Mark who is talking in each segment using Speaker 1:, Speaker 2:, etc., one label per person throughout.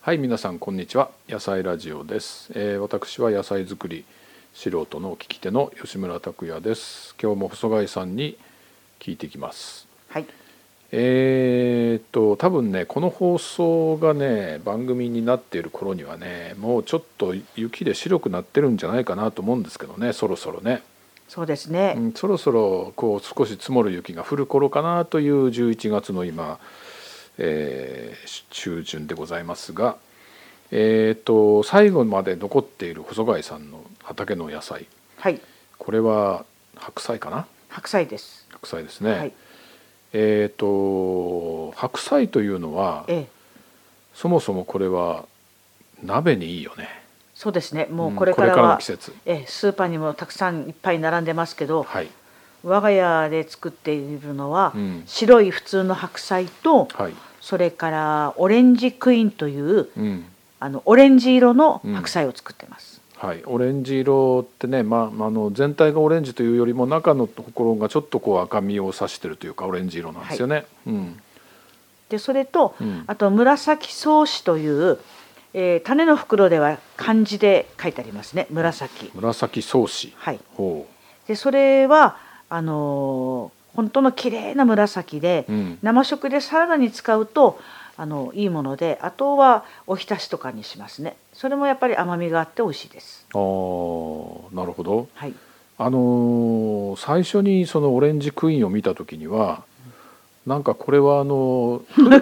Speaker 1: はい皆さんこんにちは野菜ラジオです、えー私は野菜作り素人の聞き手の吉村拓也です今日も細貝さんに聞いていきます
Speaker 2: はい。
Speaker 1: えーっと多分ねこの放送がね番組になっている頃にはねもうちょっと雪で白くなってるんじゃないかなと思うんですけどねそろそろね、
Speaker 2: そうですね。
Speaker 1: うん、そろそろこう少し積もる雪が降る頃かなという11月の今、えーし中旬でございますが、えーっと最後まで残っている細貝さんの畑の野菜
Speaker 2: はい。
Speaker 1: これは白菜かな
Speaker 2: 白菜です。
Speaker 1: 白菜ですね。
Speaker 2: はい。
Speaker 1: えー、と白菜というのは
Speaker 2: ええ。
Speaker 1: そもそもこれは鍋にいいよね
Speaker 2: そうですね。もううんこれから
Speaker 1: の
Speaker 2: は
Speaker 1: 季。節
Speaker 2: ええ、スーパーにもたくさんいっぱい並んでますけど、
Speaker 1: はい
Speaker 2: 我が家で作っているのは、
Speaker 1: うん
Speaker 2: 白い普通の白菜と、
Speaker 1: はい
Speaker 2: それからオレンジクイーンという
Speaker 1: うん
Speaker 2: あのオレンジ色の白菜を作ってます。
Speaker 1: はいオレンジ色ってね、まあ、あの全体がオレンジというよりも中のところがちょっとこう赤みを指してるというかオレンジ色なんですよね、うん
Speaker 2: でそれと、
Speaker 1: うん
Speaker 2: あと紫草子という、えー種の袋では漢字で書いてありますね。紫。
Speaker 1: 紫草子
Speaker 2: はい。
Speaker 1: ほ
Speaker 2: でそれはあのー本当の綺麗な紫で、
Speaker 1: う、うん、
Speaker 2: 生食でサラダに使うとあのいいものであとはおひたしとかにしますねそれもやっぱり甘みがあって美味しいです
Speaker 1: あーなるほど
Speaker 2: はい
Speaker 1: あのー最初にそのオレンジクイーンを見た時にはなんかこれはあのー古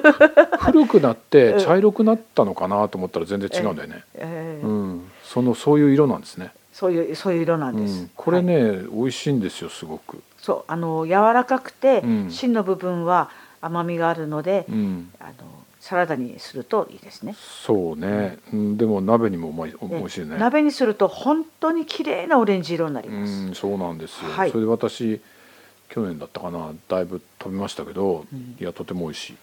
Speaker 1: 古くなって茶色くなったのかなと思ったら全然違うんだよね、
Speaker 2: えー
Speaker 1: うん、そのそういう色なんですね、
Speaker 2: そういうそういう色なんです、
Speaker 1: うんこれ
Speaker 2: はい
Speaker 1: ね、美味しいんですよすごく、
Speaker 2: そうあの柔らかくて、
Speaker 1: うん
Speaker 2: 芯の部分は甘みがあるので、
Speaker 1: うん、
Speaker 2: あのサラダにするといいですね
Speaker 1: そうね、うん、でも鍋にもうまいお
Speaker 2: で
Speaker 1: 美味しいね
Speaker 2: 鍋にすると本当に綺麗なオレンジ色になり
Speaker 1: う
Speaker 2: ます、
Speaker 1: んそうなんですよ、
Speaker 2: はい
Speaker 1: それで私去年だったかなだいぶ食べましたけど、
Speaker 2: うん
Speaker 1: いやとても美味しい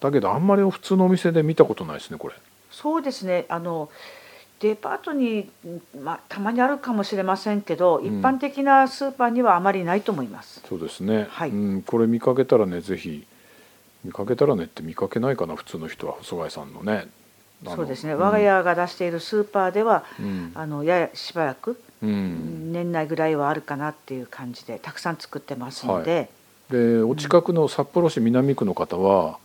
Speaker 1: だけどあんまり普通のお店で見たことないですねこれ
Speaker 2: そうですねあのデパートに、んまあ、たまにあるかもしれませんけど、
Speaker 1: ん
Speaker 2: 一般的なスーパーにはあまりないと思います。
Speaker 1: そうですね、
Speaker 2: はい
Speaker 1: うん、これ見かけたらねぜひ見かけたらねって見かけないかな普通の人は細貝さんのねあの
Speaker 2: そうですね、
Speaker 1: ん
Speaker 2: 我が家が出しているスーパーでは、
Speaker 1: うん
Speaker 2: あのややしばらく、
Speaker 1: うん
Speaker 2: 年内ぐらいはあるかなっていう感じでたくさん作ってますので、
Speaker 1: でお近くの札幌市南区の方は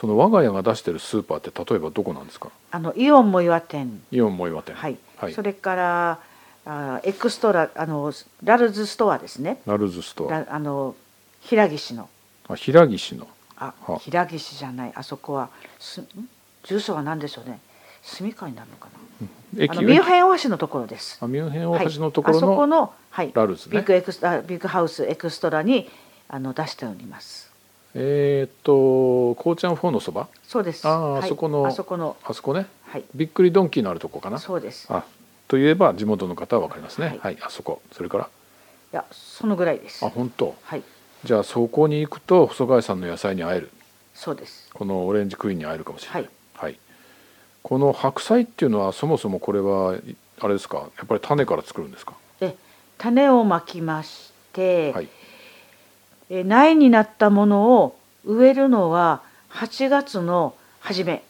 Speaker 1: その我が家が出してるスーパーって例えばどこなんですか
Speaker 2: あのイオンも岩店、
Speaker 1: イオンも岩店
Speaker 2: はい
Speaker 1: はい
Speaker 2: それからあエクストラあのラルズストアですね
Speaker 1: ナルズストア
Speaker 2: ラあの平岸の
Speaker 1: あ平岸の
Speaker 2: あ
Speaker 1: は、
Speaker 2: 平岸じゃない、あそこは、す、ん住所は何でしょうね。住処になるのかな。あのミュン
Speaker 1: 駅
Speaker 2: ヘンオアシのところです。
Speaker 1: あミュンヘン
Speaker 2: は
Speaker 1: 大
Speaker 2: い
Speaker 1: 橋のところ
Speaker 2: あそ
Speaker 1: の
Speaker 2: この、はい、
Speaker 1: ラルズね
Speaker 2: ビッグエクストラ、ビッグハウスエクストラに、あの出しております。
Speaker 1: えーっとこうちゃんフォーのそば
Speaker 2: そうです。
Speaker 1: あー
Speaker 2: はい
Speaker 1: あそこの
Speaker 2: あそこの、
Speaker 1: あそこね
Speaker 2: はい、
Speaker 1: びっくりドンキーのあるとこかな
Speaker 2: そうです。い
Speaker 1: あといえば地元の方は分かりますね
Speaker 2: はい
Speaker 1: はい、あそこそれから
Speaker 2: や、そのぐらいです
Speaker 1: あ。本当
Speaker 2: はい、
Speaker 1: じゃあそこに行くと細貝さんの野菜に会える
Speaker 2: そうです。
Speaker 1: このオレンジクイーンに会えるかもしれない、
Speaker 2: はい
Speaker 1: はいこの白菜っていうのはそもそもこれはいあれですかやっぱり種から作るんですか、
Speaker 2: で、種をまきまして、
Speaker 1: はい、
Speaker 2: え苗になったものを植えるのは8月の初め、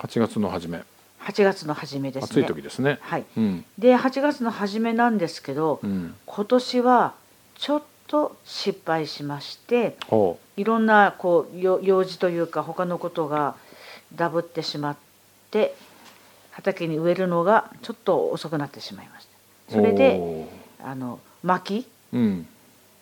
Speaker 1: 8月の初め、
Speaker 2: 8月の初めですね。
Speaker 1: 暑い時ですね
Speaker 2: はい、
Speaker 1: うん
Speaker 2: で8月の初めなんですけど、
Speaker 1: うん
Speaker 2: 今年はちょっと失敗しまして
Speaker 1: ほ
Speaker 2: いろんなこうよ用事というか他のことがダブってしまって畑に植えるのがちょっと遅くなってしまいました
Speaker 1: う
Speaker 2: それで
Speaker 1: おー
Speaker 2: あの薪
Speaker 1: うん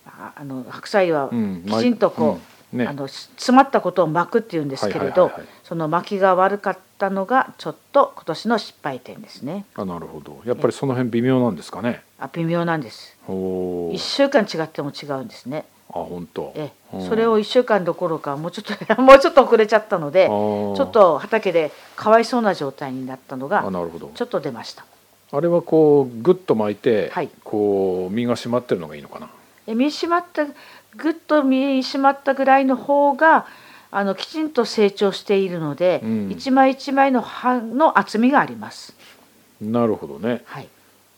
Speaker 2: ああの白菜は
Speaker 1: うん
Speaker 2: きちんとこう、、
Speaker 1: うんね
Speaker 2: あのし詰まったことを巻くっていうんですけ
Speaker 1: は
Speaker 2: れど、
Speaker 1: いはいはいはい
Speaker 2: その薪が悪かったのがちょっと今年の失敗点ですね
Speaker 1: あなるほどやっぱりその辺微妙なんですかね
Speaker 2: あ微妙なんです
Speaker 1: お
Speaker 2: 1
Speaker 1: ー
Speaker 2: 週間違っても違うんですね、
Speaker 1: あ本当
Speaker 2: ええ
Speaker 1: うん
Speaker 2: それを1週間どころかもうちょっと もうちょっと遅れちゃったので
Speaker 1: あ
Speaker 2: ち
Speaker 1: ー
Speaker 2: ょっと畑でかわいそうな状態になったの
Speaker 1: あ
Speaker 2: が
Speaker 1: なるほど
Speaker 2: ちょっと出ました
Speaker 1: あれはこうグッと巻いて、
Speaker 2: はい
Speaker 1: こう身が締まってるのがいいのかな
Speaker 2: え身締まったぐっと身締まったぐらいの方があのきちんと成長しているので、
Speaker 1: うん
Speaker 2: 一枚一枚の葉の厚みがあります
Speaker 1: なるほどね
Speaker 2: はい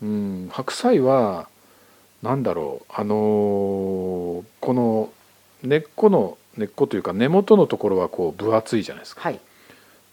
Speaker 1: うん、白菜はなんだろうあのーこの根っこの根っこというか根元のところはこう分厚いじゃないですか
Speaker 2: はい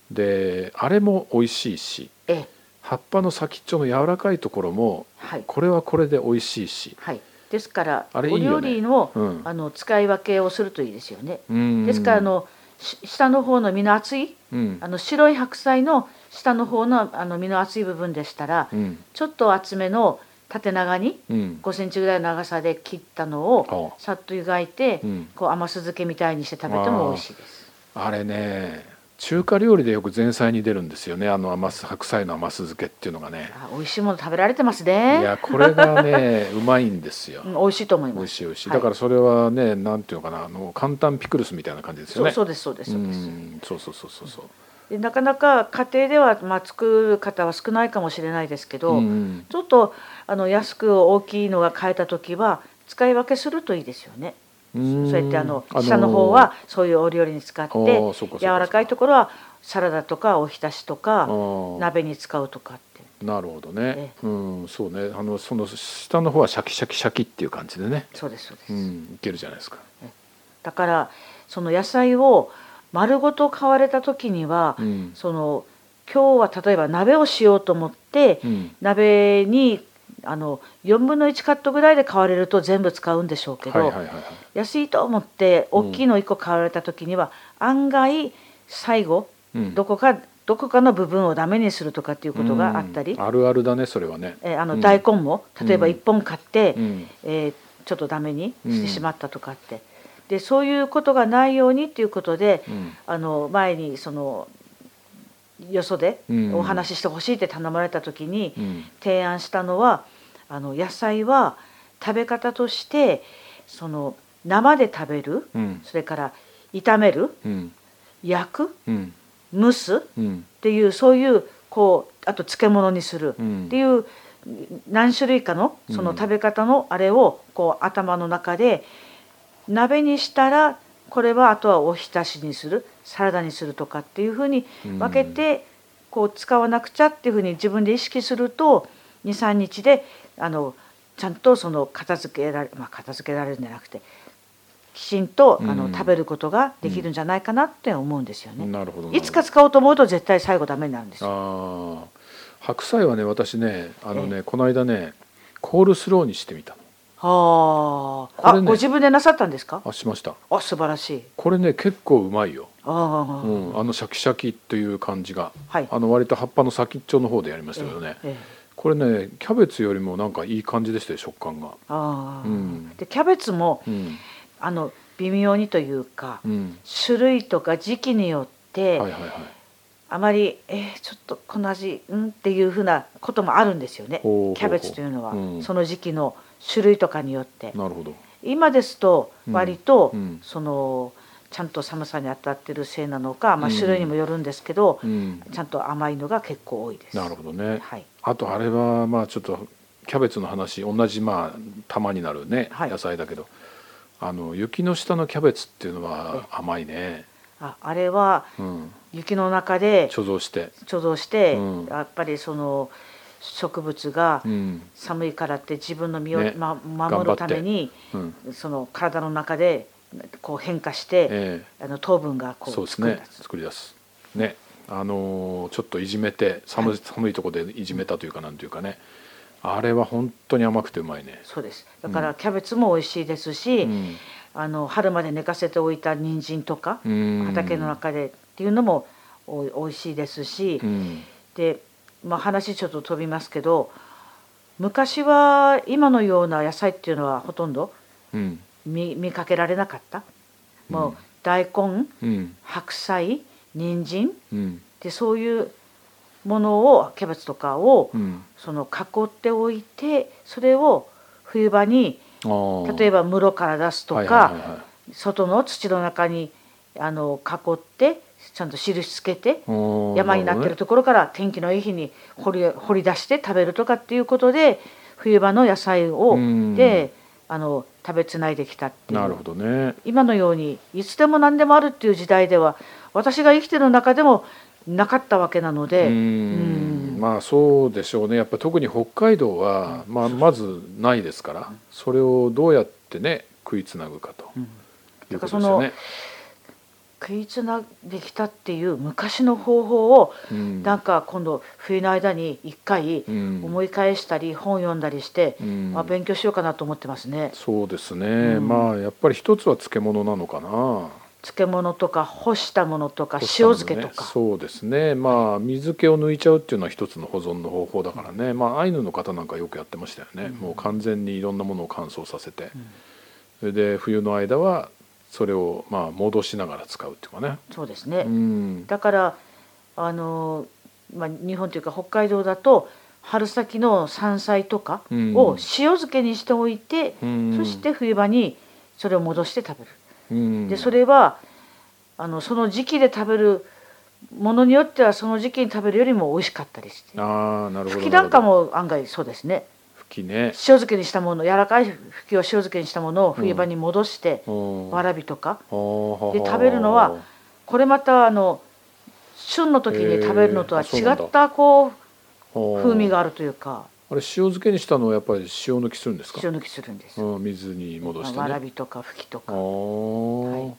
Speaker 1: であれも美味しいし
Speaker 2: ええ
Speaker 1: 葉っぱの先っちょの柔らかいところも
Speaker 2: はい
Speaker 1: これはこれで美味しいし、
Speaker 2: はいですから
Speaker 1: あれい
Speaker 2: お
Speaker 1: いよね
Speaker 2: 料理の,、
Speaker 1: うん
Speaker 2: あの使い分けをするといいですよね。
Speaker 1: うん
Speaker 2: ですからあ、のし下の方の身の厚い
Speaker 1: うん
Speaker 2: あの白い白菜の下の方のあの身の厚い部分でしたら、
Speaker 1: うん
Speaker 2: ちょっと厚めの縦長に
Speaker 1: うん
Speaker 2: 5センチぐらいの長さで切ったのを
Speaker 1: あ
Speaker 2: さっと湯がいて、
Speaker 1: うん
Speaker 2: こう甘酢漬けみたいにして食べても美味しいです。
Speaker 1: あれね中華料理でよく前菜に出るんですよねあの甘酢白菜の甘酢漬けっていうのがね
Speaker 2: あ美味しいもの食べられてます
Speaker 1: い
Speaker 2: ね。
Speaker 1: やこれがね うまいんですよ
Speaker 2: うん、美味しいと思い
Speaker 1: 美
Speaker 2: ま
Speaker 1: 味
Speaker 2: す。
Speaker 1: しい美味しい
Speaker 2: はい
Speaker 1: だからそれはねなんていうのかなあの簡単ピクルスみたいな感じですよ
Speaker 2: そう
Speaker 1: ね
Speaker 2: そうですそうですそうです。
Speaker 1: うんそうそうそうそうそう
Speaker 2: でなかなか家庭では、まあ、作る方は少ないかもしれないですけど、
Speaker 1: うん
Speaker 2: ちょっとあの安く大きいのが買えた時は使い分けするといいですよね。
Speaker 1: うん
Speaker 2: そうやってあの
Speaker 1: ー
Speaker 2: 下の方はそういうお料理に使っ
Speaker 1: あー
Speaker 2: て
Speaker 1: そうかそうか
Speaker 2: 柔らかいところはサラダとかおひたしと
Speaker 1: あ
Speaker 2: か
Speaker 1: ー
Speaker 2: 鍋に使うとかって
Speaker 1: なるほど
Speaker 2: え
Speaker 1: ね、うん、そうねあのその下の方はシャキシャキシャキっていう感じでね、
Speaker 2: そうですそうです。
Speaker 1: うん、いけるじゃないですか、
Speaker 2: だからその野菜を丸ごと買われた時には、
Speaker 1: うん
Speaker 2: その今日は例えば鍋をしようと思って、
Speaker 1: うん、
Speaker 2: 鍋にあの4分の1カットぐらいで買われると全部使うんでしょうけど、
Speaker 1: はいはいはいはい
Speaker 2: 安いと思って
Speaker 1: うん
Speaker 2: 大きいの1個買われた時には、案外最後
Speaker 1: うん
Speaker 2: どこかどこかの部分をダメにするとかっていうことがあったり、
Speaker 1: うんあるあるだねそれはね、
Speaker 2: えーあ
Speaker 1: う
Speaker 2: の
Speaker 1: ん
Speaker 2: 大根も、例えば
Speaker 1: うん
Speaker 2: 1本買って、
Speaker 1: うん
Speaker 2: えーちょっとダメにしてしまったとかって、でそういうことがないようにっていうことで、
Speaker 1: うん
Speaker 2: あの前にそのよそで
Speaker 1: うん
Speaker 2: お話ししてほしいって頼まれた時に、
Speaker 1: うん
Speaker 2: 提案したのはあの野菜は食べ方としてその生で食べる
Speaker 1: うん
Speaker 2: それから炒める
Speaker 1: うん
Speaker 2: 焼く
Speaker 1: うん
Speaker 2: 蒸すっ
Speaker 1: うん
Speaker 2: ていうそういうこうあと漬物にする
Speaker 1: う
Speaker 2: っ
Speaker 1: ん
Speaker 2: ていう何種類かのその
Speaker 1: うん
Speaker 2: 食べ方のあれをこう頭の中で鍋にしたらこれはあとはおひたしにするサラダにするとかっていうふうに分けてこう使わなくちゃっていうふうに自分で意識すると23日であのちゃんとその片付けられ、まあ、片付けられるんじゃなくてきちんとあ
Speaker 1: う
Speaker 2: の
Speaker 1: ん
Speaker 2: 食べることができるんじゃないかなって思うんですよね。
Speaker 1: なるほどなるほど
Speaker 2: いつか使おうと思うと絶対最後ダメになるんですよ。
Speaker 1: あー白菜はね私ねあのねこの間ねコールスローにしてみたの
Speaker 2: はあ、
Speaker 1: これ
Speaker 2: あ
Speaker 1: ね
Speaker 2: ご自分でなさったんですか
Speaker 1: あしました
Speaker 2: あ素晴らしい
Speaker 1: これね結構うまいよ、
Speaker 2: ああ、
Speaker 1: うん、あのシャキシャキという感じが
Speaker 2: はい
Speaker 1: あの割と葉っぱの先っちょの方でやりましたけどね、
Speaker 2: ええええ
Speaker 1: これねキャベツよりもなんかいい感じでしたよ食感が
Speaker 2: ああ、
Speaker 1: うん
Speaker 2: でキャベツも
Speaker 1: うん
Speaker 2: あの微妙にというか、
Speaker 1: うん
Speaker 2: 種類とか時期によって、
Speaker 1: はいはいはい
Speaker 2: あまりえーちょっとこの味うんっていうふうなこともあるんですよねキ
Speaker 1: ほうほうほう
Speaker 2: ャベツというのは、
Speaker 1: うん
Speaker 2: その時期の種類とかによって
Speaker 1: なるほど
Speaker 2: 今ですと
Speaker 1: うん
Speaker 2: 割と、
Speaker 1: うん
Speaker 2: そのちゃんと寒さに当たってるせいなのか、まあ、
Speaker 1: うん
Speaker 2: 種類にもよるんですけど、
Speaker 1: うん
Speaker 2: ちゃんと甘いのが結構多いです。
Speaker 1: なるほどね
Speaker 2: はい
Speaker 1: あとあれはまあちょっとキャベツの話同じまあ玉になるね、
Speaker 2: はい
Speaker 1: 野菜だけどあの雪の下のキャベツっていうのは甘いね、
Speaker 2: ああれは
Speaker 1: うん、
Speaker 2: 雪の中で
Speaker 1: 貯蔵して、
Speaker 2: 貯蔵して、
Speaker 1: うん
Speaker 2: やっぱりその植物が
Speaker 1: うん
Speaker 2: 寒いからって自分の身を、
Speaker 1: ね
Speaker 2: ま、守るために
Speaker 1: うん
Speaker 2: その体の中でこう変化して、
Speaker 1: ええ
Speaker 2: あの糖分がこ
Speaker 1: そう
Speaker 2: う
Speaker 1: です
Speaker 2: 作るん
Speaker 1: ね
Speaker 2: です。
Speaker 1: 作り出すねあのーちょっといじめて寒,、い、寒いとこでいじめたというかなんというかねあれは本当に甘くてうまいね、
Speaker 2: そうですだからキャベツも美味しいですし、
Speaker 1: うん
Speaker 2: あの春まで寝かせておいた人参とか、
Speaker 1: うん
Speaker 2: 畑の中でっていうのもおい美味しいですし、
Speaker 1: うん
Speaker 2: で、まあ、話ちょっと飛びますけど昔は今のような野菜っていうのはほとんど
Speaker 1: うん
Speaker 2: 見見かけられなかったもう、
Speaker 1: うん
Speaker 2: 大根
Speaker 1: うん
Speaker 2: 白菜人参
Speaker 1: うん
Speaker 2: でそういうものをキャベツとかを、
Speaker 1: うん
Speaker 2: その囲っておいてそれを冬場に例え
Speaker 1: ば
Speaker 2: ば室から出すとか、外の土の中にあの囲ってちゃんと印つけて山になってるところから天気のいい日に掘り掘り出して食べるとかっていうことで冬場の野菜を
Speaker 1: うん
Speaker 2: であの食べつないできたってい
Speaker 1: なる
Speaker 2: う
Speaker 1: ほどね
Speaker 2: 今のようにいつでも何でもあるっていう時代では私が生きてる中でもなかったわけなの
Speaker 1: うん
Speaker 2: で、うん
Speaker 1: まあそうでしょうねやっぱ特に北海道は、まあ、まずないですからそれをどうやってね食いつなぐかと
Speaker 2: うん
Speaker 1: い
Speaker 2: だ
Speaker 1: う
Speaker 2: か
Speaker 1: こと
Speaker 2: らそ
Speaker 1: ですよ
Speaker 2: の
Speaker 1: ね。
Speaker 2: いつなできたっていう昔の方法を
Speaker 1: うん
Speaker 2: なんか今度冬の間に一回
Speaker 1: うん
Speaker 2: 思い返したり本読んだりして、
Speaker 1: うん
Speaker 2: まあ、勉強しようかなと思ってますね。
Speaker 1: そうですね、
Speaker 2: うん
Speaker 1: まあやっぱり一つは漬物なのかな
Speaker 2: 漬物とか干したものとか塩漬けとか、
Speaker 1: そうですねまあ水気を抜いちゃうっていうのは一つの保存の方法だからね、まあアイヌの方なんかよくやってましたよね、
Speaker 2: うん
Speaker 1: もう完全にいろんなものを乾燥させて、
Speaker 2: うん
Speaker 1: それで冬の間はそれをまあ戻しながら使うっていうかね、
Speaker 2: そうですね。
Speaker 1: うん、
Speaker 2: だからあの、まあ、日本というか北海道だと春先の山菜とか
Speaker 1: うん
Speaker 2: を塩漬けにしておいて、
Speaker 1: うん
Speaker 2: そして冬場にそれを戻して食べる。
Speaker 1: うん
Speaker 2: でそれはあのその時期で食べるものによってはその時期に食べるよりも美味しかったりして
Speaker 1: ああなるほど
Speaker 2: ふきなんか
Speaker 1: るほど
Speaker 2: も案外そうですね
Speaker 1: 吹きね
Speaker 2: 塩漬けにしたもの柔らかいふきを塩漬けにしたものを冬場に戻して、わ
Speaker 1: 笑
Speaker 2: らびとか
Speaker 1: で
Speaker 2: で食べるのはこれまたあの旬の時に食べるのとは
Speaker 1: へー
Speaker 2: 違
Speaker 1: あそうなんだ
Speaker 2: ったこう風
Speaker 1: 風
Speaker 2: 味があるというか
Speaker 1: あれ塩漬けにしたのはやっぱり塩抜きするんですか
Speaker 2: 塩抜きするんですよ、
Speaker 1: うん、水に戻してね
Speaker 2: わらびとかふきと
Speaker 1: あ
Speaker 2: か
Speaker 1: ー
Speaker 2: はい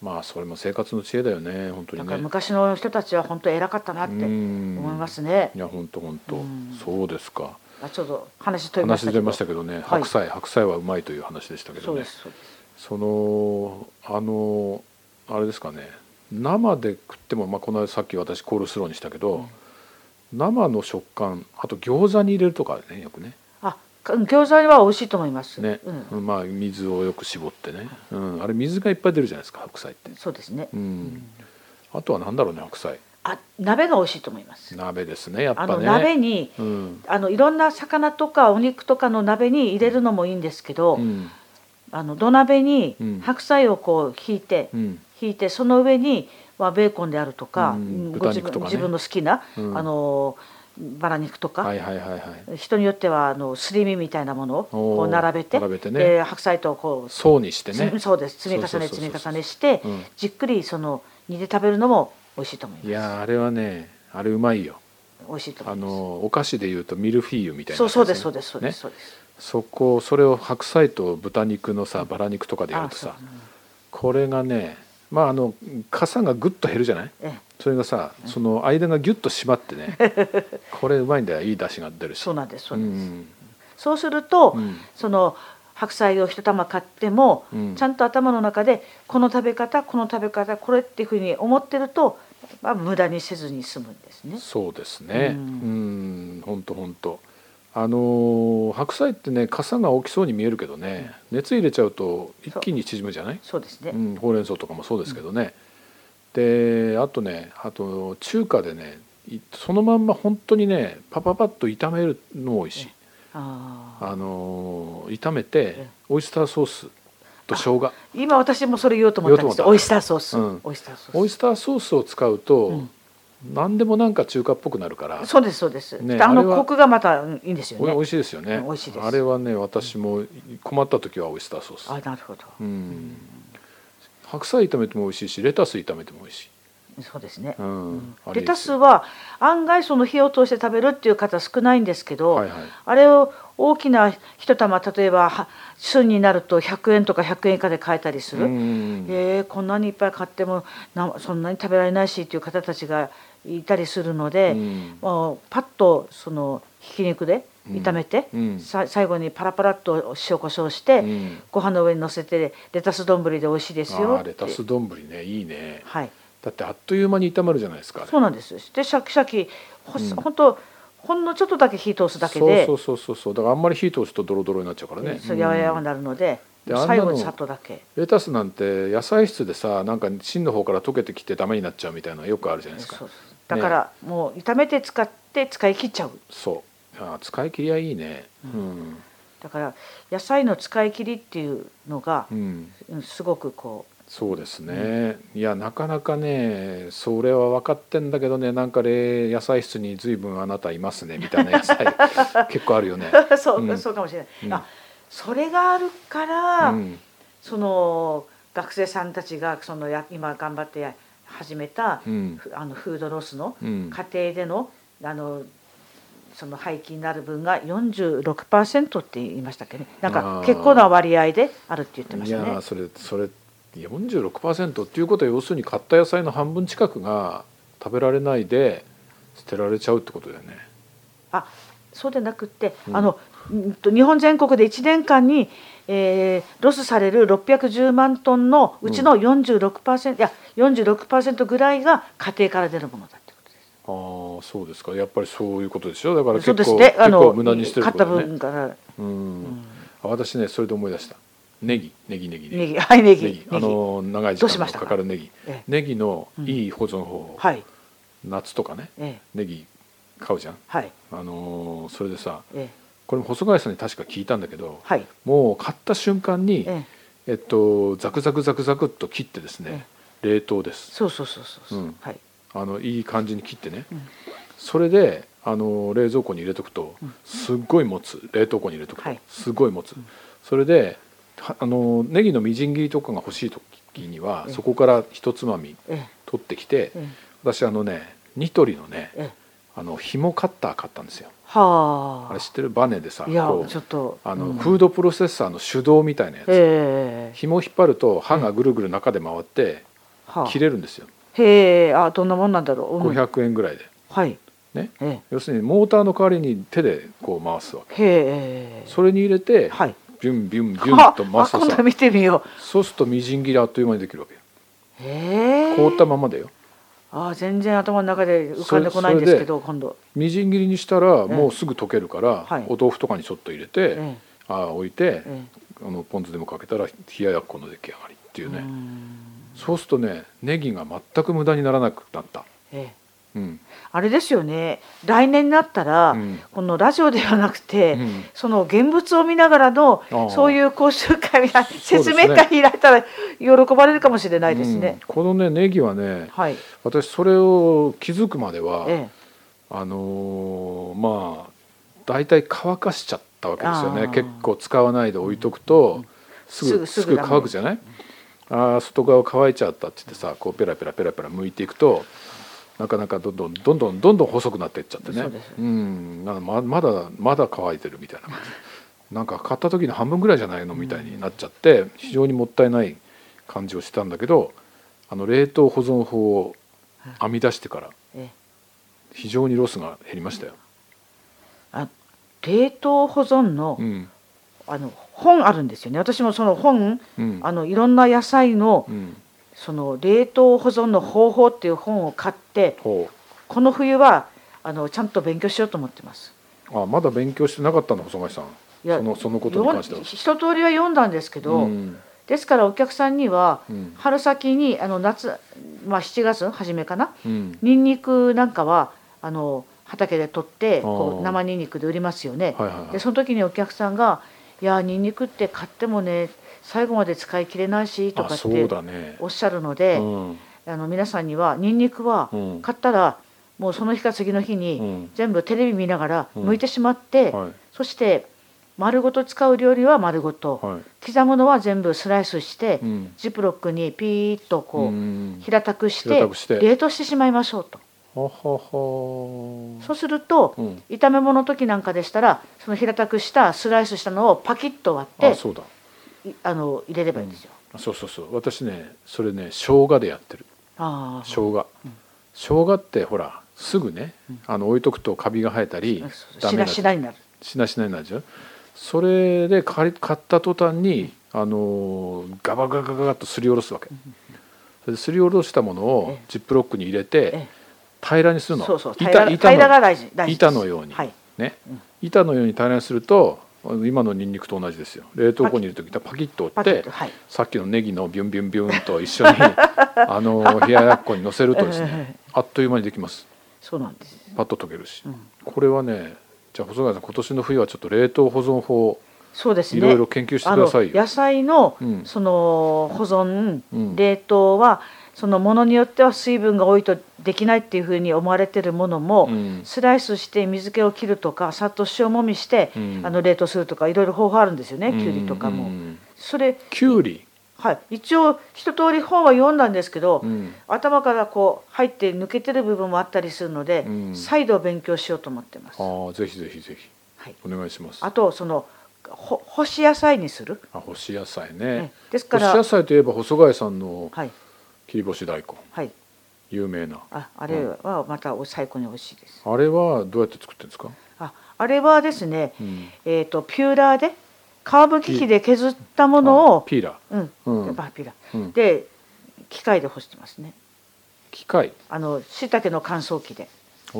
Speaker 1: まあそれも生活の知恵だよね本当に
Speaker 2: だ
Speaker 1: ね
Speaker 2: から昔の人たちは本当偉かったなって思
Speaker 1: 思
Speaker 2: いますね、
Speaker 1: いや本当本当
Speaker 2: うん
Speaker 1: そうですか
Speaker 2: あちょっと話飛びまし
Speaker 1: 話出
Speaker 2: たけ
Speaker 1: て
Speaker 2: ど
Speaker 1: ましたけどね、白菜白菜はうまいという話でしたけ
Speaker 2: そ
Speaker 1: ど
Speaker 2: う
Speaker 1: ね
Speaker 2: ですそうです
Speaker 1: そのあのあれですかね生で食っても、まあ、この間さっき私コールスローにしたけど、生の食感あと餃子に入れるとかねよくね
Speaker 2: あか餃子は美味しいと思います
Speaker 1: ね、
Speaker 2: うん、
Speaker 1: うんまあ水をよく絞ってね、うん、あれ水がいっぱい出るじゃないですか白菜って、
Speaker 2: そうですね、
Speaker 1: うんあとは何だろうね白菜
Speaker 2: あ鍋が美味しいと思います、
Speaker 1: 鍋ですねやっぱ
Speaker 2: あ
Speaker 1: ね
Speaker 2: の鍋に
Speaker 1: うん
Speaker 2: あのいろんな魚とかお肉とかの鍋に入れるのもいいんですけど、
Speaker 1: うん
Speaker 2: あの土鍋に
Speaker 1: うん
Speaker 2: 白菜をこうひいて、
Speaker 1: うん
Speaker 2: ひいてその上に、まあ、ベーコンであるとか,、
Speaker 1: うん
Speaker 2: ご自
Speaker 1: 豚肉と
Speaker 2: 分
Speaker 1: かね
Speaker 2: 自分の好きな、
Speaker 1: うん
Speaker 2: あのバラ肉とか、
Speaker 1: はいはいはいはい
Speaker 2: 人によってはあのすり身みたいなものをこ
Speaker 1: お
Speaker 2: う
Speaker 1: ー
Speaker 2: 並べて
Speaker 1: 並べてね
Speaker 2: で白菜とこう
Speaker 1: 層にしてね
Speaker 2: つそうです積み重
Speaker 1: そうそ
Speaker 2: ね
Speaker 1: うそう
Speaker 2: 積
Speaker 1: そ
Speaker 2: み
Speaker 1: う
Speaker 2: 重ねして、
Speaker 1: うん
Speaker 2: じっくりその煮て食べるのも美味しいと思います
Speaker 1: いやーあれはねあれうまいよ
Speaker 2: 美味しいと思
Speaker 1: あ
Speaker 2: います
Speaker 1: のお菓子でいうとミルフィーユみたいな
Speaker 2: そう
Speaker 1: やつ
Speaker 2: そうですそうですそうで
Speaker 1: ね
Speaker 2: す、そうです
Speaker 1: そこそれを白菜と豚肉のさバラ肉とかでやるとさ
Speaker 2: あそう
Speaker 1: これがねまああのかさがぐっと減るじゃない
Speaker 2: ええ
Speaker 1: それがさその間がギュッと締まって ねこれうまいんだよいい出汁が出るし
Speaker 2: そうなんですそう
Speaker 1: う
Speaker 2: なんです、
Speaker 1: ん
Speaker 2: そうすると、
Speaker 1: うん
Speaker 2: その白菜を一玉買っても、
Speaker 1: うん
Speaker 2: ちゃんと頭の中でこの食べ方この食べ方これっていうふうに思ってると、まあ、無駄にせずに済むんですね。
Speaker 1: そうですね
Speaker 2: う
Speaker 1: うんんほんとほんとあのー白菜ってねかさが大きそうに見えるけどね熱入れちゃうと一気に縮むじゃない
Speaker 2: そうですね、
Speaker 1: うん、ほうれん草とかもそうですけどね、であとねあと中華でねいそのまんま本当にねパパパッと炒めるのも美味しい、
Speaker 2: ああ
Speaker 1: あのー炒め
Speaker 2: え
Speaker 1: てオイスターソースと生姜
Speaker 2: 今私もそれ言おうと思ったんです
Speaker 1: 言
Speaker 2: よ
Speaker 1: お
Speaker 2: オ
Speaker 1: うと思った
Speaker 2: イスターソース、
Speaker 1: うん
Speaker 2: オイスターソ
Speaker 1: オ
Speaker 2: ー
Speaker 1: イ
Speaker 2: ス
Speaker 1: スターソースを使うと、
Speaker 2: うん
Speaker 1: 何でもなんか中華っぽくなるから
Speaker 2: そうですそうです、
Speaker 1: ね
Speaker 2: であ
Speaker 1: あ
Speaker 2: の
Speaker 1: れは
Speaker 2: コクがまたうんいいんですよ
Speaker 1: お美
Speaker 2: ね
Speaker 1: 味しいですよね、
Speaker 2: うん美味しいです
Speaker 1: あれはね私も困った時はオイスターソ
Speaker 2: あ
Speaker 1: ース、
Speaker 2: なるほど、
Speaker 1: うん、白菜炒めても美味しいしレタス炒めても美味しい、
Speaker 2: そうですね、
Speaker 1: うんあれい
Speaker 2: レ
Speaker 1: い
Speaker 2: タ
Speaker 1: です
Speaker 2: ス
Speaker 1: よ
Speaker 2: は案外その火を通して食べるっていう方少ないんですけど、
Speaker 1: はいはい
Speaker 2: あれを大きな一玉例えばは旬になると100円とか100円以下で買えたりする、
Speaker 1: うん
Speaker 2: えーこんなにいっぱい買ってもなそんなに食べられないしっていう方たちがいたりするので、
Speaker 1: うん
Speaker 2: もうパッとそのひき肉で炒めて、
Speaker 1: うん
Speaker 2: さ最後にパラパラっと塩コショウして、
Speaker 1: うん
Speaker 2: ご飯の上に乗せてレタス丼で美味しいです
Speaker 1: あ
Speaker 2: よ
Speaker 1: ー
Speaker 2: って
Speaker 1: レタス丼ねいいね
Speaker 2: はい
Speaker 1: だってあっという間に炒まるじゃないですかあれ
Speaker 2: そうなんですでシャキシャキほ,、
Speaker 1: うん
Speaker 2: ほんとほんのちょっとだけ火通すだけで
Speaker 1: そうそうそうそうそうだからあんまり火通すとドロドロになっちゃうから
Speaker 2: ね
Speaker 1: ね、
Speaker 2: そうやわやわ
Speaker 1: う
Speaker 2: に
Speaker 1: ん
Speaker 2: なるので,、
Speaker 1: であんなの
Speaker 2: 最後に砂糖だけ
Speaker 1: レタスなんて野菜室でさなんか芯の方から溶けてきてダメになっちゃうみたいなのよくあるじゃないですか
Speaker 2: そうそうだからもう炒めて使って使い切っちゃう
Speaker 1: そうあー使い切りはいいね
Speaker 2: だから野菜の使い切りっていうのが
Speaker 1: う、ん、うん、
Speaker 2: うんすごくこ
Speaker 1: そうですね、いやなかなかねそれは分かってんだけどねなんか冷野菜室に随分あなたいますねみたいな野菜 結構あるよね
Speaker 2: う そう、
Speaker 1: うん
Speaker 2: そうかもしれない、
Speaker 1: うん
Speaker 2: あそれがあるから、
Speaker 1: うん
Speaker 2: その学生さんたちがそのや今頑張って始めた、
Speaker 1: うん
Speaker 2: ふあのフードロスの
Speaker 1: うん
Speaker 2: 家庭でのあのその廃棄になる分が46%って言いましたっけねなん
Speaker 1: あ
Speaker 2: か
Speaker 1: ー
Speaker 2: 結構な割合であるって言ってました
Speaker 1: いや
Speaker 2: ね
Speaker 1: ー。それそれ46%っていうことは要するに買った野菜の半分近くが食べられないで捨てられちゃうってことだよね。
Speaker 2: そうでなくって、
Speaker 1: うん
Speaker 2: あのうんと日本全国で1年間に、えーロスされる610万トンのうちの46%、いや46%ぐらいが家庭から出るものだってことです。
Speaker 1: ああそうですかやっぱりそういうことでしょだから結
Speaker 2: そう
Speaker 1: 構,、
Speaker 2: ですね。あ
Speaker 1: 結
Speaker 2: の
Speaker 1: 構無駄にしてる
Speaker 2: 買
Speaker 1: こ
Speaker 2: った
Speaker 1: とだね。
Speaker 2: 分から、
Speaker 1: うん
Speaker 2: うん
Speaker 1: あ私ねそれで思い出したネギネギネギネギ
Speaker 2: ネギはいネギ
Speaker 1: ネギあの長い時
Speaker 2: どうし
Speaker 1: 間
Speaker 2: ま
Speaker 1: の
Speaker 2: した
Speaker 1: か
Speaker 2: か
Speaker 1: かるネギ
Speaker 2: ええ
Speaker 1: ネギのいい保存法、
Speaker 2: はい
Speaker 1: 夏とかね
Speaker 2: ええ
Speaker 1: ネギ買うじゃん
Speaker 2: はい
Speaker 1: あのーそれでさ
Speaker 2: ええ
Speaker 1: これも細貝さんに確か聞いたんだけど、
Speaker 2: はい
Speaker 1: もう買った瞬間に、
Speaker 2: え
Speaker 1: え
Speaker 2: え
Speaker 1: っと、ザクザクザクザクっと切ってですね、冷凍です
Speaker 2: そうそうそうそうそう、
Speaker 1: うん
Speaker 2: はい
Speaker 1: あのいい感じに切ってね、
Speaker 2: うん
Speaker 1: それであの冷蔵庫に入れとくと
Speaker 2: うん
Speaker 1: すっごい持つ冷凍庫に入れとくと、
Speaker 2: はい
Speaker 1: すっごい持つ、それではあのネギのみじん切りとかが欲しい時には、
Speaker 2: うん
Speaker 1: そこからひとつまみ
Speaker 2: ええ
Speaker 1: 取ってきて、
Speaker 2: え
Speaker 1: 私あのねニトリのね
Speaker 2: えええ
Speaker 1: あの紐カッター買ったんですよ
Speaker 2: はあ
Speaker 1: あれ知ってるバネでさ
Speaker 2: いや
Speaker 1: こう
Speaker 2: ちょっと
Speaker 1: あの、
Speaker 2: うん
Speaker 1: フードプロセッサーの手動みたいなやつ、
Speaker 2: ええ
Speaker 1: 紐引っ張ると刃がぐるぐる中で回って
Speaker 2: はあ
Speaker 1: 切れるんですよ、
Speaker 2: へえあどんなもんなんだろう、うん、
Speaker 1: 500円ぐらいで
Speaker 2: はい
Speaker 1: ね
Speaker 2: ええ
Speaker 1: 要するにモーターの代わりに手でこう回すわけ
Speaker 2: へえ。
Speaker 1: それに入れて
Speaker 2: はい。
Speaker 1: ビュンビュンビュ
Speaker 2: あ
Speaker 1: ンと回す
Speaker 2: あ
Speaker 1: と
Speaker 2: 今度
Speaker 1: さ
Speaker 2: 見てみよ
Speaker 1: そうするとみじん切りあっという間にできるわけよ
Speaker 2: う。へえ。
Speaker 1: 凍ったままだよ
Speaker 2: あ全然頭の中で浮かんでこないんですけど今度。
Speaker 1: みじん切りにしたら
Speaker 2: ええ
Speaker 1: もうすぐ溶けるから、
Speaker 2: はい
Speaker 1: お豆腐とかにちょっと入れて、
Speaker 2: え
Speaker 1: ああ置いて
Speaker 2: え、え
Speaker 1: あのポン酢でもかけたら冷ややっこの出来上がりってい
Speaker 2: え
Speaker 1: うね、
Speaker 2: うん
Speaker 1: そうするとねネギが全く無駄にならなくなった、
Speaker 2: ええ
Speaker 1: うん
Speaker 2: あれですよね。来年になったら、
Speaker 1: うん
Speaker 2: このラジオではなくて。
Speaker 1: うん
Speaker 2: その現物を見ながらの
Speaker 1: ああ
Speaker 2: そういう講習会みたいな
Speaker 1: そうです
Speaker 2: 説
Speaker 1: ね
Speaker 2: 明会開いたら喜ばれるかもしれないです
Speaker 1: うん
Speaker 2: ね。
Speaker 1: このねネギはね
Speaker 2: はい、
Speaker 1: 私それを気づくまでは、
Speaker 2: え
Speaker 1: あのーまあ大体乾かしちゃったわけですよ
Speaker 2: あ
Speaker 1: ね
Speaker 2: ー
Speaker 1: 結構使わないで置いとくと、すぐすぐ
Speaker 2: すぐすぐだね
Speaker 1: 乾くじゃないあー外側乾いちゃったって言ってさこうペラペラペラペラ剥いていくとなかなかどんどんどんどんどんどん細くなっていっちゃってね
Speaker 2: そうです
Speaker 1: んなんかままだまだ乾いてるみたいな感じなんか買った時の半分ぐらいじゃないのみたいになっちゃって非常にもったいない感じをしてたんだけどあの冷凍保存法を編み出してから
Speaker 2: えええ
Speaker 1: 非常にロスが減りましたよ。
Speaker 2: あ冷凍保存の,、
Speaker 1: うん
Speaker 2: あの本あるんですよね私もその本
Speaker 1: うん
Speaker 2: あのいろんな野菜の
Speaker 1: うん、
Speaker 2: その冷凍保存の方法っていう本を買って
Speaker 1: ほ
Speaker 2: この冬はあのちゃんと勉強しようと思ってます。
Speaker 1: うあまだ勉強してなかったの細貝さん
Speaker 2: いや
Speaker 1: そのそのことに関しては
Speaker 2: 読ん。一通りは読んだんですけど、
Speaker 1: うん
Speaker 2: ですからお客さんには
Speaker 1: うん
Speaker 2: 春先にあの夏、まあ、7月の初めかな
Speaker 1: うん
Speaker 2: ニンニクなんかはあの畑で取ってこ
Speaker 1: あー
Speaker 2: う生ニンニクで売りますよね。
Speaker 1: はいはいはい
Speaker 2: でその時にお客さんが「いやニンニクって買ってもね最後まで使い切れないし」と
Speaker 1: あ
Speaker 2: かっ
Speaker 1: そう
Speaker 2: て
Speaker 1: だね。
Speaker 2: おっしゃるので。
Speaker 1: うん
Speaker 2: あの皆さんにはニンニクは
Speaker 1: うん
Speaker 2: 買ったらもうその日か次の日
Speaker 1: う
Speaker 2: に
Speaker 1: ん
Speaker 2: 全部テレビ見ながら
Speaker 1: うん
Speaker 2: 剥いてしまって、
Speaker 1: はい
Speaker 2: そして丸ごと使う料理は丸ごと、
Speaker 1: はい
Speaker 2: 刻むのは全部スライスして、
Speaker 1: うん
Speaker 2: ジップロックにピーッとこう、
Speaker 1: うん
Speaker 2: 平たくして
Speaker 1: 平たくして
Speaker 2: 冷凍してしまいましょうと、
Speaker 1: ははは
Speaker 2: そうすると、
Speaker 1: うん
Speaker 2: 炒め物の時なんかでしたらその平たくしたスライスしたのをパキッと割っ
Speaker 1: あ
Speaker 2: て
Speaker 1: そうだ
Speaker 2: いあの入れればいいんですよ。
Speaker 1: そうそうそう私ねそれね生姜でやってる
Speaker 2: ああ
Speaker 1: 生姜、生姜ってほらすぐね、あの置いとくとカビが生えたりダ
Speaker 2: し
Speaker 1: メ
Speaker 2: な
Speaker 1: な
Speaker 2: しなになる。
Speaker 1: しなしなになるじゃんそれで買い買った途端にあのーガバガバガバッとすりおろすわけそれですりおろしたものを
Speaker 2: ええ
Speaker 1: ジップロックに入れ
Speaker 2: え
Speaker 1: て
Speaker 2: え
Speaker 1: 平らにするの
Speaker 2: そうそう平
Speaker 1: 板
Speaker 2: ら
Speaker 1: 板
Speaker 2: 平らが
Speaker 1: の
Speaker 2: 大事大事で
Speaker 1: 板
Speaker 2: す
Speaker 1: のように、
Speaker 2: はい
Speaker 1: ね板のように平らにすると今のニンニクと同じですよ冷凍庫に入れてきたらパキッと折
Speaker 2: パ
Speaker 1: っ
Speaker 2: キッ
Speaker 1: て
Speaker 2: とはい
Speaker 1: さっきのネギのビュンビュンビュンと一緒 にあのー冷ややっこに乗せるとですねあっという間にできます
Speaker 2: そうなんです。
Speaker 1: パッと溶けるし、
Speaker 2: うん
Speaker 1: これはねじゃあ細川さん今年の冬はちょっと冷凍保存法を
Speaker 2: そうですね。
Speaker 1: いろいろ研究してください
Speaker 2: あ
Speaker 1: よ。
Speaker 2: の野菜の、
Speaker 1: うん
Speaker 2: その保存、
Speaker 1: うん
Speaker 2: 冷凍はそのものによっては水分が多いとできないっていうふうに思われてるものも、
Speaker 1: うん
Speaker 2: スライスして水気を切るとかさっと塩もみして、
Speaker 1: うん
Speaker 2: あの冷凍するとかいろいろ方法あるんですよね、きゅうりとかも。
Speaker 1: うん
Speaker 2: それ
Speaker 1: きゅうり、
Speaker 2: はい一応一通り本は読んだんですけど、
Speaker 1: うん
Speaker 2: 頭からこう入って抜けてる部分もあったりするので、
Speaker 1: うん
Speaker 2: 再度勉強しようと思ってます。
Speaker 1: ああぜひぜひぜひ
Speaker 2: はい
Speaker 1: お願いします。
Speaker 2: あとそのほ干し野菜にする、
Speaker 1: あ干し野菜
Speaker 2: え
Speaker 1: ね、
Speaker 2: えですか
Speaker 1: 干し
Speaker 2: ら
Speaker 1: 野菜といえば細貝さんの
Speaker 2: はい
Speaker 1: 切り干し大根
Speaker 2: はい
Speaker 1: 有名な
Speaker 2: ああれはまたお最高に美味しいです、
Speaker 1: あれはどうやって作ってるんですか、
Speaker 2: ああれはですね、
Speaker 1: うん
Speaker 2: えー、とピューラーで皮むき器で削ったもの
Speaker 1: あ
Speaker 2: を
Speaker 1: ピーラ
Speaker 2: うん、
Speaker 1: うん
Speaker 2: やっぱピューラ
Speaker 1: ー、うん
Speaker 2: ー、で機械で干してますね
Speaker 1: 機械
Speaker 2: あの椎茸の乾燥機で
Speaker 1: お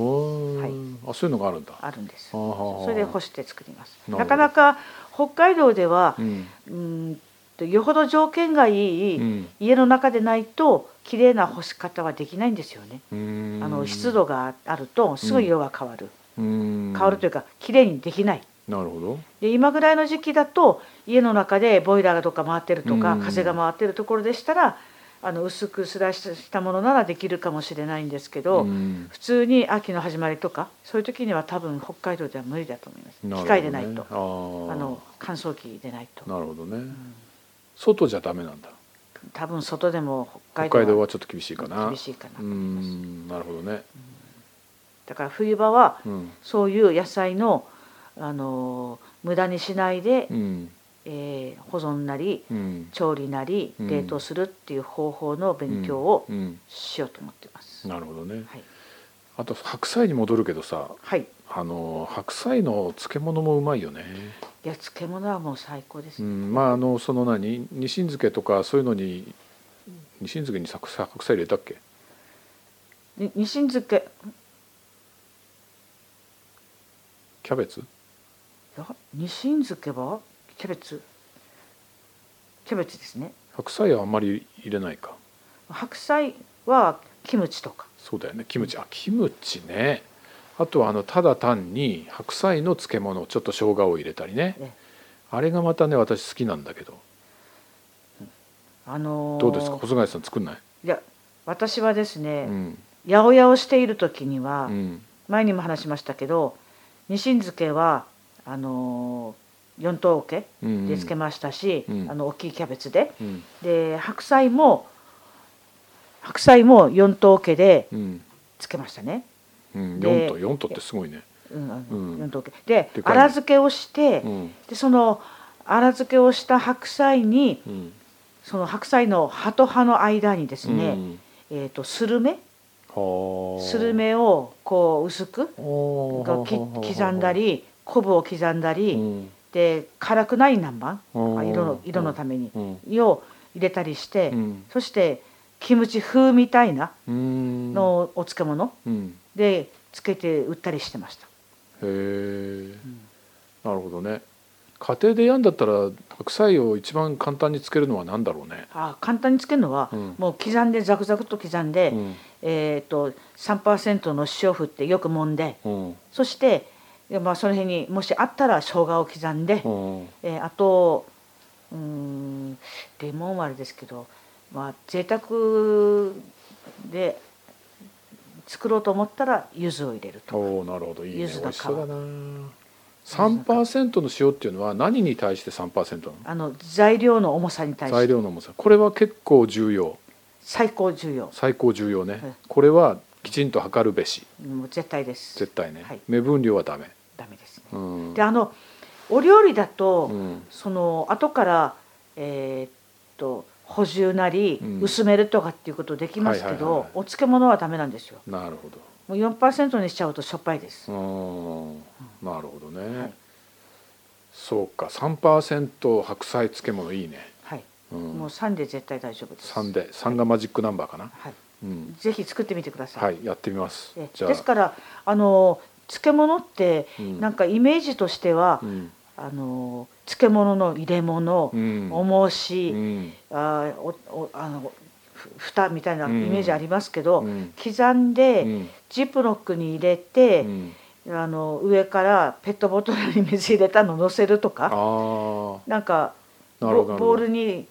Speaker 1: ー
Speaker 2: はい
Speaker 1: あそういうのがあるんだ
Speaker 2: あるんです
Speaker 1: はあはあはあ
Speaker 2: それで干して作ります
Speaker 1: なる
Speaker 2: な
Speaker 1: ほど
Speaker 2: かなか北海道では
Speaker 1: うん
Speaker 2: うーんとよほど条件がいい、
Speaker 1: うん
Speaker 2: 家の中でないと綺麗な干し方はできないんですよね、
Speaker 1: うーん
Speaker 2: あの湿度があるとすぐ色が変わる、
Speaker 1: 変
Speaker 2: 変わるというか綺麗にできない
Speaker 1: なるほど
Speaker 2: で今ぐらいの時期だと家の中でボイラーがどっか回ってるとか、
Speaker 1: うん
Speaker 2: 風が回ってるところでしたらあの薄くスライスしたものならできるかもしれないんですけど、
Speaker 1: うん
Speaker 2: 普通に秋の始まりとかそういう時には多分北海道では無理だと思います、
Speaker 1: なるほどね
Speaker 2: 機械でないと
Speaker 1: あ
Speaker 2: あ
Speaker 1: ー
Speaker 2: の乾燥機でないと
Speaker 1: なるほどね、外じゃダメなんだ
Speaker 2: 多分外でも
Speaker 1: 北
Speaker 2: 北
Speaker 1: 海
Speaker 2: 海
Speaker 1: 道
Speaker 2: 道
Speaker 1: は
Speaker 2: は
Speaker 1: ちょっと厳しいかな
Speaker 2: 厳しいかな
Speaker 1: うーんなるほどね、
Speaker 2: だから冬場は
Speaker 1: うん
Speaker 2: そういう野菜の、あのー無駄にしないで、
Speaker 1: うん
Speaker 2: えー保存なり
Speaker 1: うん、
Speaker 2: 調理なり
Speaker 1: うん
Speaker 2: 冷凍するっていう方法の勉強を
Speaker 1: うん
Speaker 2: しようと思ってます。
Speaker 1: なるほどね
Speaker 2: はい、
Speaker 1: あと白菜に戻るけどさ
Speaker 2: はい、い
Speaker 1: あの白菜の漬物もうまいよね、
Speaker 2: や漬物はもう最高です
Speaker 1: う
Speaker 2: ね。
Speaker 1: ん、まああのその何ニシン漬けとかそういうのにニシン漬けに白菜白菜入れたっけ
Speaker 2: にニシン漬け
Speaker 1: キャベツ
Speaker 2: いやニシン漬けはキャベツキャベツですね。
Speaker 1: 白菜はあんまり入れないか
Speaker 2: 白菜はキムチとか
Speaker 1: そうだよねキムチあキムチねあとはあのただ単に白菜の漬物ちょっと生姜を入れたりね
Speaker 2: ね
Speaker 1: あれがまたね私好きなんだけど
Speaker 2: あのー
Speaker 1: どうですか細貝さん作んない、
Speaker 2: いや私はです
Speaker 1: う
Speaker 2: ね、
Speaker 1: ん
Speaker 2: 八百屋をしている時には、
Speaker 1: うん、
Speaker 2: 前にも話しましたけどニシン漬けはあのー四等桶
Speaker 1: うんうん
Speaker 2: で漬けましたし、
Speaker 1: うん
Speaker 2: あの大きいキャベツで
Speaker 1: うん
Speaker 2: で白菜も白菜も四等桶で
Speaker 1: うん
Speaker 2: 漬けましたね、
Speaker 1: うん、
Speaker 2: で
Speaker 1: 4と4とってすごいね、
Speaker 2: うんあの
Speaker 1: うん
Speaker 2: 四等桶で
Speaker 1: でかい
Speaker 2: 粗漬けをして、
Speaker 1: うん
Speaker 2: でその粗漬けをした白菜に
Speaker 1: うん
Speaker 2: その白菜の葉と葉の間にです
Speaker 1: う
Speaker 2: ね、
Speaker 1: ん
Speaker 2: えー、とスルメ
Speaker 1: はあ
Speaker 2: スルメをこう薄くがき刻んだり昆布を刻んだり、
Speaker 1: うん
Speaker 2: で辛くない南蛮
Speaker 1: うん
Speaker 2: あ色の色のために
Speaker 1: うん
Speaker 2: を入れたりして、
Speaker 1: うん
Speaker 2: そしてキムチ風みたいな
Speaker 1: うん
Speaker 2: のお漬物
Speaker 1: うん
Speaker 2: でつけて売ったりしてました、
Speaker 1: へえなるほどね家庭でやんだったら白菜を一番簡単につけるのは何だろうね、
Speaker 2: あ簡単につけるのは、
Speaker 1: うん
Speaker 2: もう刻んでザクザクと刻んで、
Speaker 1: うん
Speaker 2: えー、と3%の塩振ってよく揉んで
Speaker 1: うん
Speaker 2: そして、いやまあ、その辺にもしあったら生姜を刻んで、
Speaker 1: うん
Speaker 2: えーあとうーんレモンはあれですけどまあ贅沢で作ろうと思ったら柚子を入れると
Speaker 1: おおなるほどいいね
Speaker 2: 柚
Speaker 1: 美
Speaker 2: 子の皮
Speaker 1: 味しそうだな3%の塩っていうのは何に対して3%なの
Speaker 2: あの材料の重さに対し
Speaker 1: 材
Speaker 2: て
Speaker 1: 料の重さこれは結構重要
Speaker 2: 最高重要
Speaker 1: 最高重要ね、
Speaker 2: はい
Speaker 1: これはきちんと測るべし
Speaker 2: もう絶対です
Speaker 1: 絶対ね、
Speaker 2: はい
Speaker 1: 目分量はダメ
Speaker 2: ダメですね
Speaker 1: うん
Speaker 2: であのお料理だと、
Speaker 1: うん
Speaker 2: その後からえーっと補充なり、
Speaker 1: うん
Speaker 2: 薄めるとかっていうことできますけど、
Speaker 1: はいはいはいはい
Speaker 2: お漬物はダメなんですよ
Speaker 1: なるほど
Speaker 2: もう4%にしちゃうとしょっぱいです、
Speaker 1: うんなるほどね、
Speaker 2: はい
Speaker 1: そうか3%白菜漬物いいね、
Speaker 2: はい、
Speaker 1: うん
Speaker 2: もう3で絶対大丈夫です
Speaker 1: 3で3がマジックナンバーかな、
Speaker 2: はい、
Speaker 1: うん
Speaker 2: ぜひ作ってみてください。
Speaker 1: はいやってみます
Speaker 2: え
Speaker 1: じゃあ
Speaker 2: ですからあの漬物って、
Speaker 1: うん
Speaker 2: なんかイメージとしては、
Speaker 1: うん
Speaker 2: あの漬物の入れ物、
Speaker 1: うん
Speaker 2: おもし、
Speaker 1: うん
Speaker 2: あーおおあのふ蓋みたいなイ
Speaker 1: うん
Speaker 2: メージありますけど、
Speaker 1: うん
Speaker 2: 刻んで、
Speaker 1: うん
Speaker 2: ジップロックに入れて、
Speaker 1: うん
Speaker 2: あの上からペットボトルに水入れたの乗せると
Speaker 1: あ
Speaker 2: か
Speaker 1: ー
Speaker 2: なんか
Speaker 1: なるほどなる
Speaker 2: ボ
Speaker 1: ほど
Speaker 2: ボールに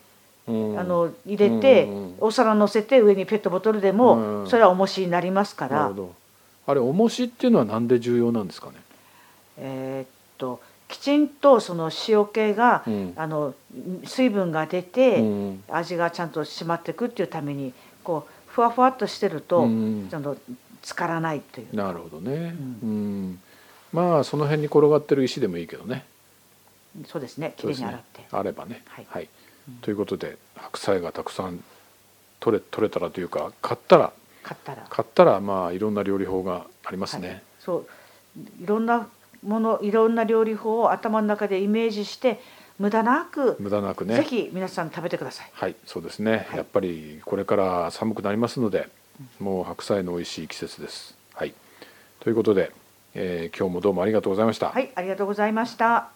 Speaker 1: うん
Speaker 2: あの入れて、
Speaker 1: うんうんうん
Speaker 2: お皿乗せて上にペットボトルでも、
Speaker 1: うんうん
Speaker 2: それは重しになりますか
Speaker 1: なる
Speaker 2: ら
Speaker 1: ほ、どあれ重しっていうのはなんで重要なんですかね
Speaker 2: えーっときちんとその塩気が、
Speaker 1: うん
Speaker 2: あの水分が出て、
Speaker 1: うん
Speaker 2: 味がちゃんと締まっていくっていうためにこうふわふわっとしてると、
Speaker 1: うん
Speaker 2: ちゃんと浸からないという
Speaker 1: なるほどね、う
Speaker 2: うん
Speaker 1: んまあその辺に転がってる石でもいいけどね、
Speaker 2: そうですねきれいに洗って、
Speaker 1: あればね
Speaker 2: はい
Speaker 1: はい
Speaker 2: うん
Speaker 1: ということで白菜がたくさん取れ取れたらというか買ったら
Speaker 2: 買ったら
Speaker 1: 買ったらまあいろんな料理法があります
Speaker 2: はい
Speaker 1: ね、
Speaker 2: そういろんなものいろんな料理法を頭の中でイメージして無駄なく、
Speaker 1: 無駄なくね
Speaker 2: ぜひ皆さん食べてください
Speaker 1: はいそうですね、
Speaker 2: はい
Speaker 1: やっぱりこれから寒くなりますのでもう白菜の美味しい季節ですはいということで、えー今日もどうもありがとうございました、
Speaker 2: はいありがとうございました